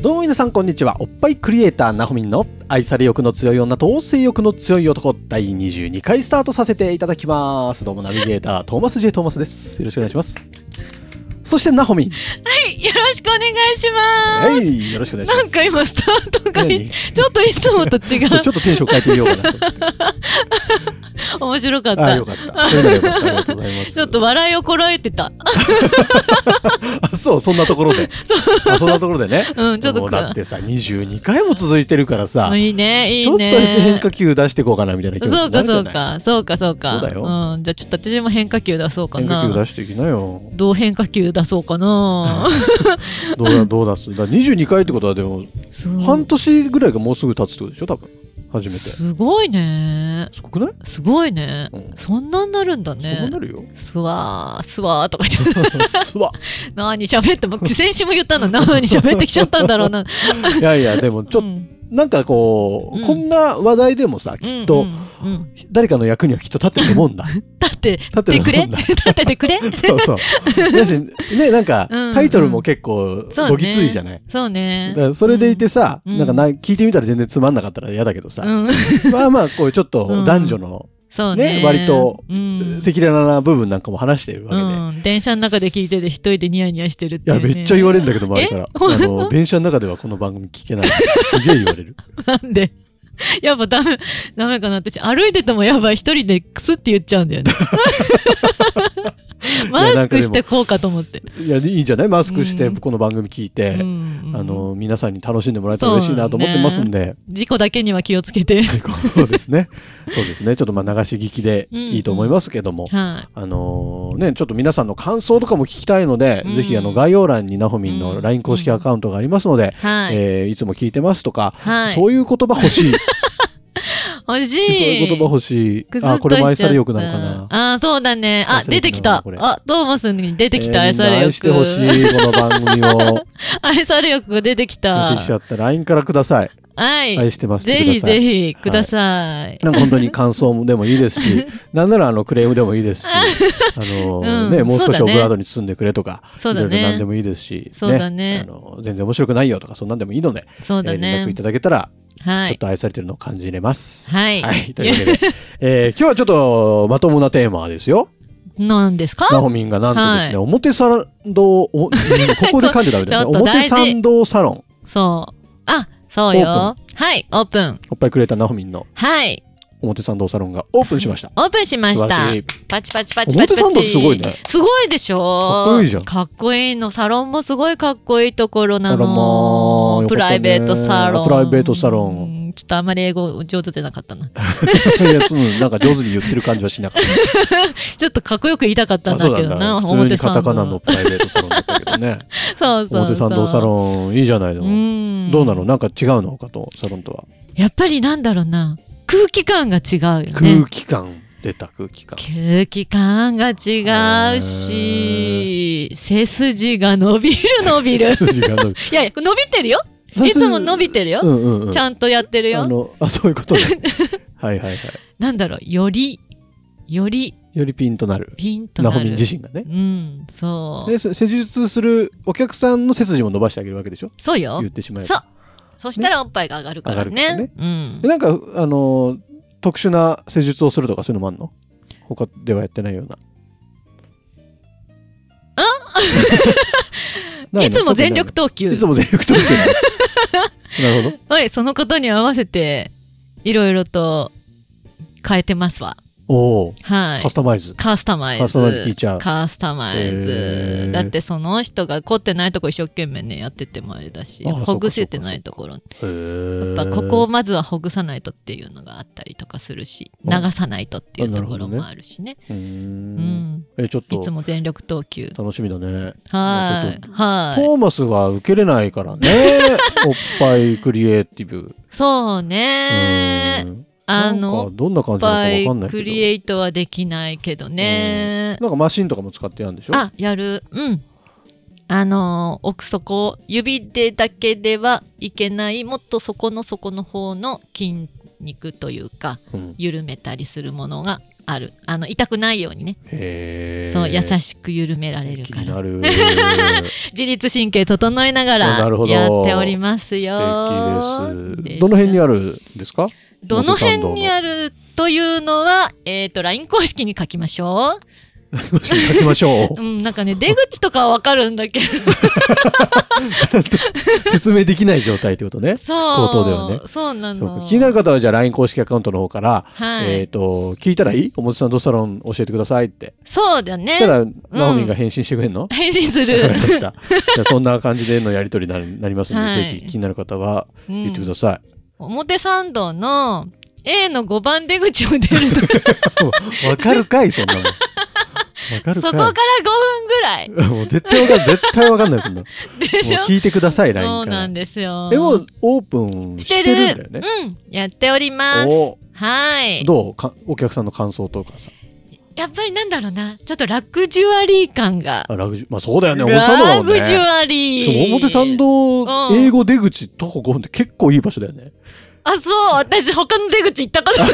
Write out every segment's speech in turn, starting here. どうも皆さんこんにちはおっぱいクリエイターなほみんの愛され欲の強い女と性欲の強い男第22回スタートさせていただきますどうもナビゲータートーマス J トーマスですよろしくお願いしますそしてなほみんはい、よろしくお願いします。はいよろしくお願いしますなんか今スタートが何いちょっといつもと違そううちょっとテンション変えてみようかなと思って面白かっ ああたよかったそういうのよかったありがとうございますちょっと笑いをこらえてたあそうそんなところであそんなところでねうんちょっともうだってさ22回も続いてるからさいいねいちいょっとね変化球出していこうかなみたいな気持ちそうになかるじそゃうないかそうかそうかそうだよん、じゃあちょっと私も変化球出そうか変化球な出していきなよどう変化球出そうかな どうだどうだっすだから22回ってことはでもそう半年ぐらいがもうすぐ経つってことでしょ多分初めてすすごいねごくない、すごいね、うんそんなんなるんだそうねなる よすわーすわーとか言ってすわ 何喋っても先週も言ったの何喋ってきちゃったんだろうなちいやいやでもちょっと、なんかこう、うんこんな話題でもさきっと、うんうんうん誰かの役にはきっと立ってると思う んだだって立っててるとく 思うれんだ立っててくれそうそうだしねなんか、うんうんタイトルも結構そうねどぎついじゃないそうだねからそれでいてさ、うんなんかな聞いてみたら全然つまんなかったら嫌だけどさ、うんまあまあこういうちょっうとん男女のそうねね割とうん赤裸々な部分なんかも話しているわけで、うん電車の中で聞いてて一人でニヤニヤしてるっいていや、うねめっちゃ言われるんだけど、周りから。えほんあの、電車の中ではこの番組聞 けない。すげえ言われる。なんで やっぱダメダメかな私歩いててもやばい一人でクスって言っちゃうんだ よねマスクしてこうかと思って、いや、いいんじゃないマスクして、うんこの番組聞いて、うんうんあの、皆さんに楽しんでもらえたら嬉しいなと思ってますんで、事故だけには気をつけ てそうですね。そうですね。ちょっとまあ流し聞きでいいと思いますけども。はあのね、ちょっと皆さんの感想とかも聞きたいので、うんぜひあの概要欄になほみんの LINE 公式アカウントがありますのでい、はい、えーいつも聞いてますとか、はいそういう言葉欲 しい、欲しそういいう言葉欲しいく、ずっとあ、これも愛しさちゃったれよくなのかな。あーそうだね。あ、愛され出て欲きなのたこれ。あ、トーマスに出てきた、えー愛みんなされ欲。愛してほしい、この番組 を。愛され欲が出てきた。出てきちゃった LINE からください。はい。愛してますっぜてくだひさい。ぜひください。なんか本当に感想でもいいですし、 なんならあのクレームでもいい ですし、あのーうんね、もう少しそオうブだねラートに包んでくれとか、そういろだいろ何ねで。もいいですし、そうだねあの全然面白くないよとか、そんなんでもいいので、そうだえー連絡ねい。ただけたら、はちょっい。と愛されてるのを感じれます。はい。というわ けで、えー今日はちょっとまともなテーマですよ。何ですかナホミンがなんとですね、はい表参道、おここで噛んでダメだよね。 ちょっと表大事参道サロン。そう。あ、そうよ。はい、オープン。おっぱいくれたナホミンのはい。表参道サロンがオープンしました。オープンしま素し晴らたし。い。パチパチパチパチパチ。表参道ってすごいねすごいでしょかっこいいじゃんかっこいいの。サロンもすごいかっこいいところなあらまあの。よかったねプライベートサロン。プライベートサロンうん。ちょっとあんまり英語上手じゃなかったな。 いや、そのなんか上手に言ってる感じはしなかっ。ちょっとかっこよく言いたかったたんだけど な。普通にカタカナの表プライベートサロンだったけどね。 参道。そうそう表参道サロン、いいじゃないの。ンうん。どうなのなんか違うの他とサロンとは。やっぱりなんだろうな。空気感が違うよね空。気感、出た空気感。空気感が違うし、背筋が伸びる伸 びる。筋が伸びいやいや、伸びてるよ。 いつも伸びてるよ。うんうんうん。ちゃんとやってるあよ。の、あ、そういうことね。 はいはいはい。なんだろう、より、よりよりピンとなる。ピンとナなホミンる。自身がねう。ん、そう。で、そ施術するお客さんの背筋も伸ばしてあげるわけでしょそうよ言っ。てしまえば。そう。そしたらおっぱいが上がるから上がね。るうんえ。なんかあの特殊な施術をするとかそういうのもあんの他ではやってないような。ないのつも全力投特にないの球いつ。も全力投球 なのなるほはい、そのことに合わせて、いろいろと変えてますわ。ど。おお、はいカス。タマイズ。カスタマイズ。カスタマイズ聞いちゃうカスタマイズへーだってその人が凝ってないとこ一生懸命ね、やっててもあれだし、ああほぐせてないところ。へーやっぱここをまずはほぐさないとっていうのがあったりとかするし、あ流さないとっていうとこあなるろほどねもあるしね。うー。うんん。え、ちょっいつとも全力投球。楽しみだね。はちい。ょっとはい。トーマスは受けれないから ね。おっぱいクリエイティブ。そううね。んなあんかの、どんな感おっじなのかぱわいかんないクリエけイトはできないけどね。ど。なんかマシンとかも使ってやるんでしょあ、やる。うん。あのー奥底指でだけではいけないもっと底の底の方の筋肉というかうん緩めたりするものがあるあの痛くないようにね、へーそう優しく緩められる気かにらなる。 自律神経整えながあならるほどやっておりますよ素敵です。すどの辺にあるんです かどの辺にあるというのは、えっ、と、LINE 公式に書きましょ書きましょう。うん、なんかね、出口とかはわかるんだけどう。説明できない状態ってことね。そう。口頭ではねそうなそうかの。気になる方はじゃあ LINE 公式アカウントの方から、はい。えっ、と、聞いたらいいおもつさんどうサロン教えてくださいって。そうだねそし。たら、まほみんが返信してくれんの、返信すわるかり。ました。じゃあそんな感じでのやりとりになりなりますので、はいぜひ気になる方はう言ってくん、ださ表参道の A の5番出口を出る とい。わかるかいそんなもん。わかるそこかいから5分ぐらい もう絶対わかんない。絶対わかんない、そんな。もでうしょ聞いてください、そう LINE かならん。ですよ。でも、オープンししててるるんだよね。うん、やっておりますお。はい。どうかお客さんの感想とかさ。やっぱりなんだろうな、ちょっとラグジュアリー感が。あラグジュまあそうだよね、表参道だラもんね。グジュアしリかもー。表参道、うん英語出口徒歩5分って結構いい場所だよね。あ、そう、私他の出口行ったことない。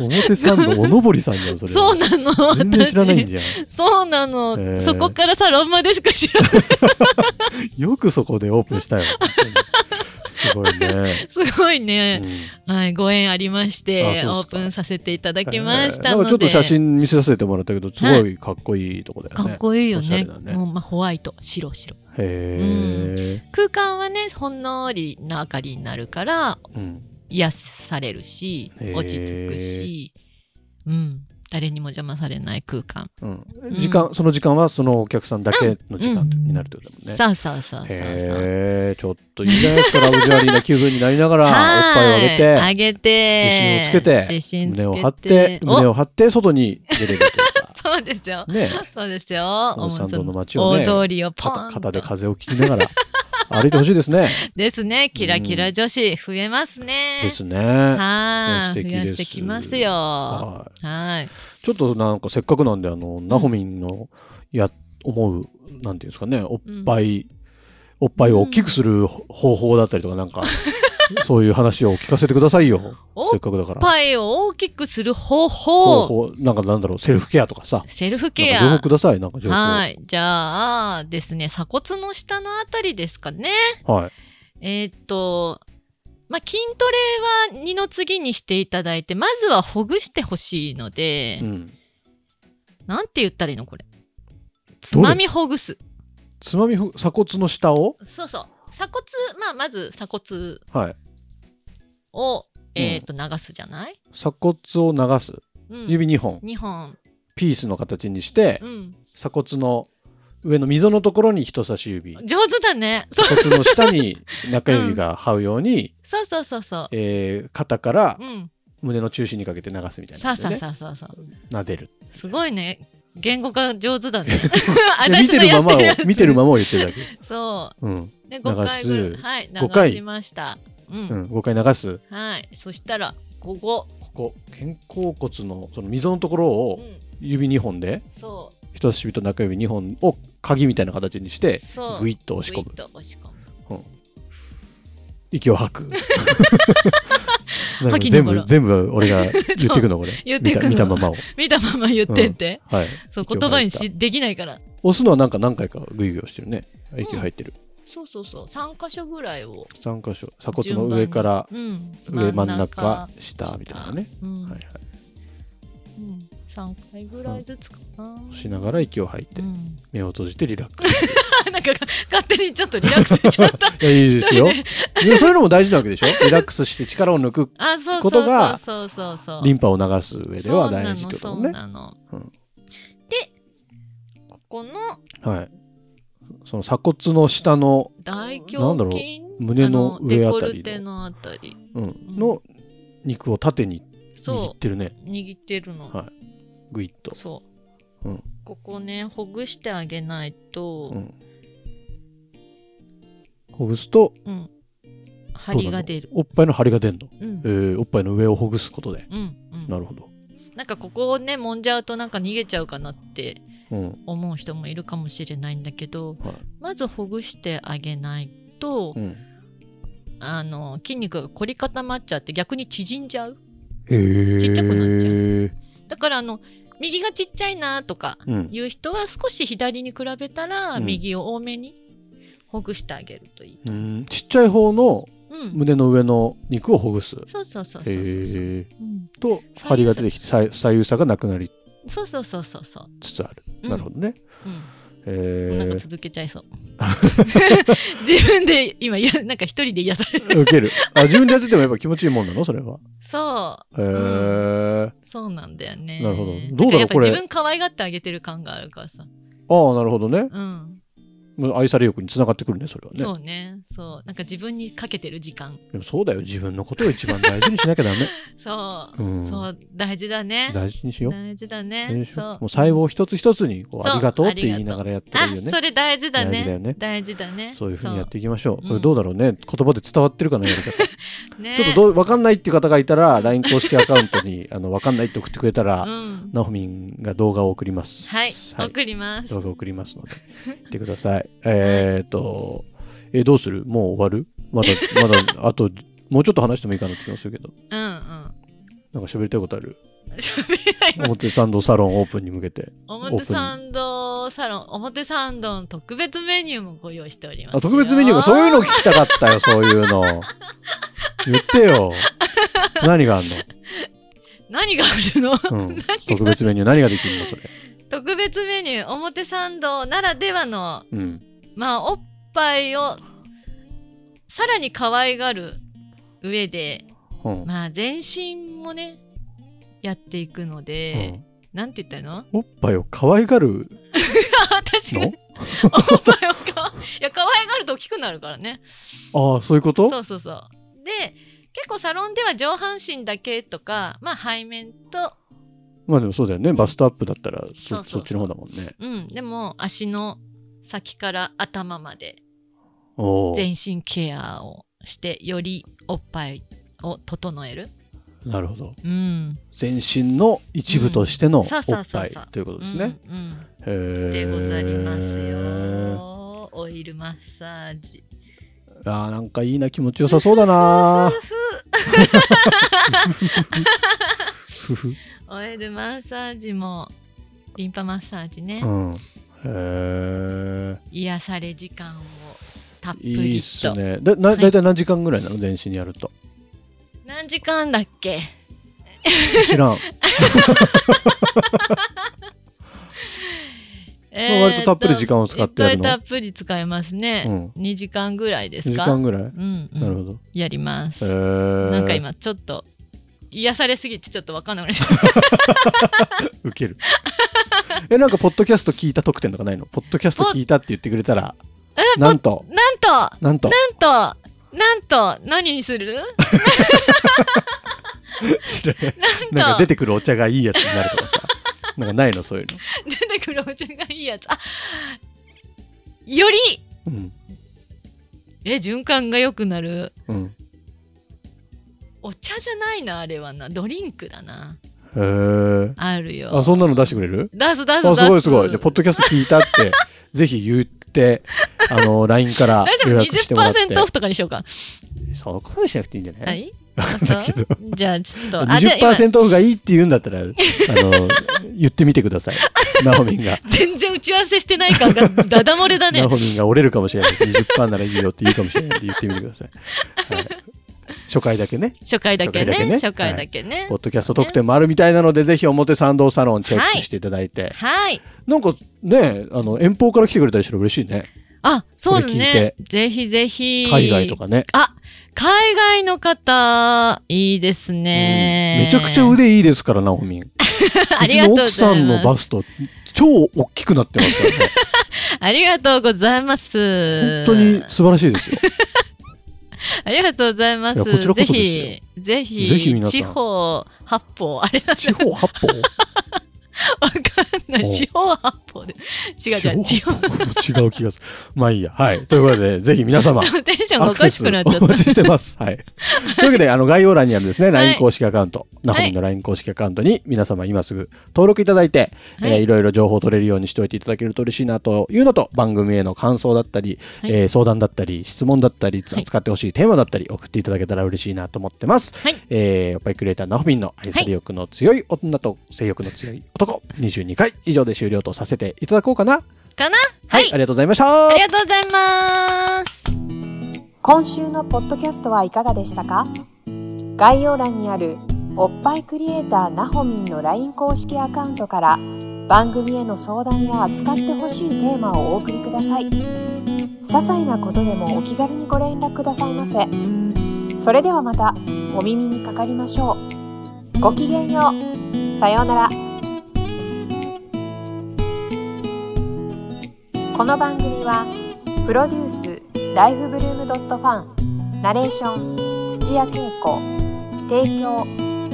表参道、おのぼりさんじゃん、それ。そうなの。 全然知らないん私。じゃん。そうなの、へーそこからサロンまでしか知らないよくそこでオープンしたよ。すごい ね。すごいうんね、はい、ご縁ありましてあそうですかオープンさせていただきましたえーのなんで、かちょっと写真見せさせてもらったけど、すごいかっこいいとこだよね。かっこいいよおしゃねれだねもう、まあ、ホワイト白白へ空間はねほんのりな明かりになるからえ、うん。癒されるしへー落ち着くし、うん、誰にも邪魔されない空間、うんん時間、その時間はそのお客さんだけの時間になるってことだもんね。さあさあさあさあさあへえ、ちょっといいじゃないですか、ラグジュアリーな気分になりながら、おっぱいを上げて。あげて自信をつけて自信つけて胸を張って胸をを張って外に出れるというかそうですよねそうですよ表参道の街をね大通りをポン肩と肩で風を切りながら歩いてほしいですねですね。キラキラ女子増えますね。ですねは素い。敵増ですやしてきますよ。は。はいはい。いちょっとなんかせっかくなんであのナホミンのや思うなんていうんですかねおっぱい、おっぱいを大きくする方法だったりとかなん か、そういう話を聞かせてくださいよおせっっかくだからぱいを大きくする方方法。法なんかなんだろうセルフケアとかさセルフなんケか情報アく。ださいなんか情報はい。じゃあですね、鎖骨の下のあたりですかね。はいえーっと、まあ、筋トレは二の次にしていただいて、まずはほぐしてほしいので、うんなんて言ったらいいのこれ。つまみほぐす。つまみふ鎖骨の下をそうそう。鎖骨、まあ、まず鎖骨はいを、えー、と流すじゃない、鎖骨を流すうん、指2本、 2本、ピースの形にしてうん、鎖骨の上の溝のところに人差し指鎖上手だねそう骨の下に中指が這うように、そうそうそうそう、えー肩からうん、胸の中心にかけて流すみたいなさ感あじでさね、あさあさあさあ撫でるすごいね言語化上手だ ね いや見私てのるやまってまるやをつ見てるままを言ってるだ け、そうんうで5回ぐらいはい5回流しましたうん、うん、5回流すはいそしたらここ、ここ肩甲骨のその溝のところうをん、指2本でそ人差し指と中指2本を鍵みたいな形にしてうそうグイッッと押し込むと押し込む息を 吐く。 なんか吐きな全が部ら全部俺 が言ってくのこれ。言ってくの見た見たままを。見たまま言ってって、はい。そう息を吐いた言葉にしできないから押すのはなんか何回かグイグイ押してるね。息が入ってる。そうそうそう3箇所ぐらいを、三箇所。鎖骨の上からうん、上真ん中下みたいなね。うんはいはい。うん3回ぐらいずつかな。しながら息を吐いて、うん、 目を閉じてリラックス。なんか勝手にちょっとリラックスしちゃった。いや、いい ですよ。一人でもそういうのも大事なわけでしょリラックスして力を抜く、あ、そうそことがうそうそうそう。リンンパを流す上では大事ってことね。そうなの。そううなのんで、ここのはい。その鎖骨の下の、大なんだろ胸筋胸の上あたりのデコルテのあたり。うん、の肉を縦に握っそてるね。う、握ってるの。はいグイッと。そう、うんここね、ほぐしてあげないとう、ん。ほぐすと、うん、張りが出る。どうなのおっぱいの張りが出るの。うんえ。ーおっぱいの上をほぐすことで。うんうん、なるほど。なんかここをね揉んじゃうとなんか逃げちゃうかなってうん。思う人もいるかもしれないんだけど、はいまずほぐしてあげないと、うん。あの筋肉が凝り固まっちゃって逆に縮んじゃうへーちっちゃくなっちゃう。だからあの右がちっちゃいなとかん。いう人は少し左に比べたらうん右を多めにほぐしてあげるといい。うんちっちゃい方のうん、胸の上の肉をほぐす。そうそうそうそうそうそう、へーうんと張りが出てきて左左右差がなくなりそうそうそうそうそうつつある。うんなるほどね。うん、なんえか続けちゃ いそう自分で今いやなんか一人で癒されるー、受ける。あ自分でやっててもやっぱ気持ちいいもんなのそれは。そうへーそうなんだよね。なるほどどうだろうやっぱこれ自分可愛がってあげてる感があるからあさ。あなるほどね。うん。もう愛され欲につながってくるねそれはね。そうね。そう。なんか自分にかけてる時間。でもそうだよ自分のことを一番大事にしなきゃ ダメ。そう。うん、そう。大事だね。大事にしよう。大事だ大事ねに。しそよううも。う細胞一つ一つにこうそうありがとうってあり言がとういながらやったらあいいよね。それ大事だ大事だよね。ね。大事だね。そういうふうにやっていいきましょう。そうこれどうだろうね、言葉で伝わってるかなやり方く。ね、ちょっとどう分かんないっていう方がいたらうん LINE 公式アカウントに あの分かんないって送ってくれたら、うん。なほみんが動画を送ります。はい。送ります動。画送ります ので見てください。えーっと、えどうするもう終わるま だまだあともうちょっと話してもいいかなって気がするけどうんうん。なんか喋りたいことある喋れないわ表参道サロンオープンに向け て表参道サロン、表参道の特別メニューもご用意しておりますよ。あ特別メニューがそういうの聞きたかった よそういうの言ってよ何があん何があるの の、うん、特別メニュー何ができるのそれ特別メニュー表参道ならではのうんまあおっぱいをさらに可愛がる上でうん、まあ全身もねやっていくのうでん、なんて言ったのおっぱいを可愛がる 私がおのっぱいをかいや可愛がると大きくなるからねああそういうことそうそうそうで結構サロンでは上半身だけとかまあ背面とまあでもそうだよねバストアップだったらそそうそうそうっちの方だもんねうんでも足の先から頭までおお全身ケアをしてよりおっぱいを整える、なるほどうん、全身の一部としてのおっんそうそうそぱういそうということですね。うんうんへーでござりますよオイルマッサージあーなんかいいな気持ちよさそうだな。ふふ。オイルマッサージもリンパマッサージね、うん。へえ。癒され時間をたっぷりといいっすね。だなはい大体何時間ぐらいなの全身にやると。何時間だっけ知らん。え割とたっぷり時間を使ってやるのいぱいたっぷり使いますうね、ん。 2時間ぐらいです時か間ぐらい。うん、うん、なるほど。やります、へえ。なんか。今ちょっと癒されすぎてちょっとわかんなくなっちゃっウケる。 えなんかポッドキャスト聞いた特典とかないの？ポッドキャスト聞いたって言ってくれたら た。えなんとなんとなんとなんとなんと何にする知らない。な なんんかと出てくるお茶がいいやつになるとかさ。なんかないのそういうの。出てくるお茶がいいやつ。あよりうんえ循環が良くなる。うん。お茶じゃないなあれはなドリンクだなへえ。あるよあそんなの出してくれる？出す出す出あすすごいすごい。じゃあポッドキャスト聞いた って、ぜひ言って、あの、LINE から大丈予夫約してもらって。 20%オフとかにしようかそこまでしなくていいんじゃなはいいだけどあそうじゃあちょっとあじゃあ今 ?20% オフがいいって言うんだったら、あの、言ってみてくだ さい。ナオミンが。全然打ち合わせしてない感がダダ漏れだナねオミンが折れるかもしれないです。20%ならいいよって言うかもしれないんで言ってみてください。はい初回だ けね、初回だけね初回初回だだけねポッドキャスト特典もあるみたいなので、ぜひ表参道サロンチェックしていただいて、はいなんかね、あの遠方から来てくれたりしたら嬉しいね。あそうだこれねぜひぜひ海外とかね。あ海外の方いいですね、うんめちゃくちゃ腕いいですから、ナオミン。う ありちがのとうござい奥さますんのバスト、超大きくなってますからね。ありがとうございます本当に素晴らしい ですよ。ありがとうございまいやすこちらこそでぜすよひぜひぜひ皆さん地方八方あれなんだ四方八方わかんないお四方八方で違う違う地四方方八方違う気がする。まあいいや。はい。ということで、ぜひ皆様。テンションがアおクセかスしおくなっちゃった待ちしてます。はい。というわけで、あの概要欄にあるですね、はい LINE 公式アカウント、ナホミンの LINE 公式アカウントに皆様今すぐ登録いただいて、はいえーいろいろ情報取れるようにしておいていただけると嬉しいなというのと、番組への感想だったり、はいえー相談だったり、質問だったり、はい扱ってほしいテーマだったり、送っていただけたら嬉しいなと思ってます。はいえー、おっぱいクリエイターナホミンの愛され欲の強い女と性欲の強い男、22回以上で終了とさせていただこうかな。かなは、はいいありがとうございましたあ。りがとうございます今週のポッドキャストはいかがでしたか概要欄にあるおっぱいクリエイターなほみんの LINE 公式アカウントから番組への相談や扱ってほしいテーマをお送りください些細なことでもお気軽にご連絡くださいませそれではまたお耳にかかりましょうごきげんようさようならこの番組は「プロデュースライフブルームドットファンナレーション土屋恵子提供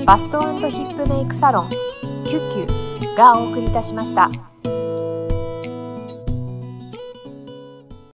バストヒップメイクサロン「キュッキュ」がお送りいたしました。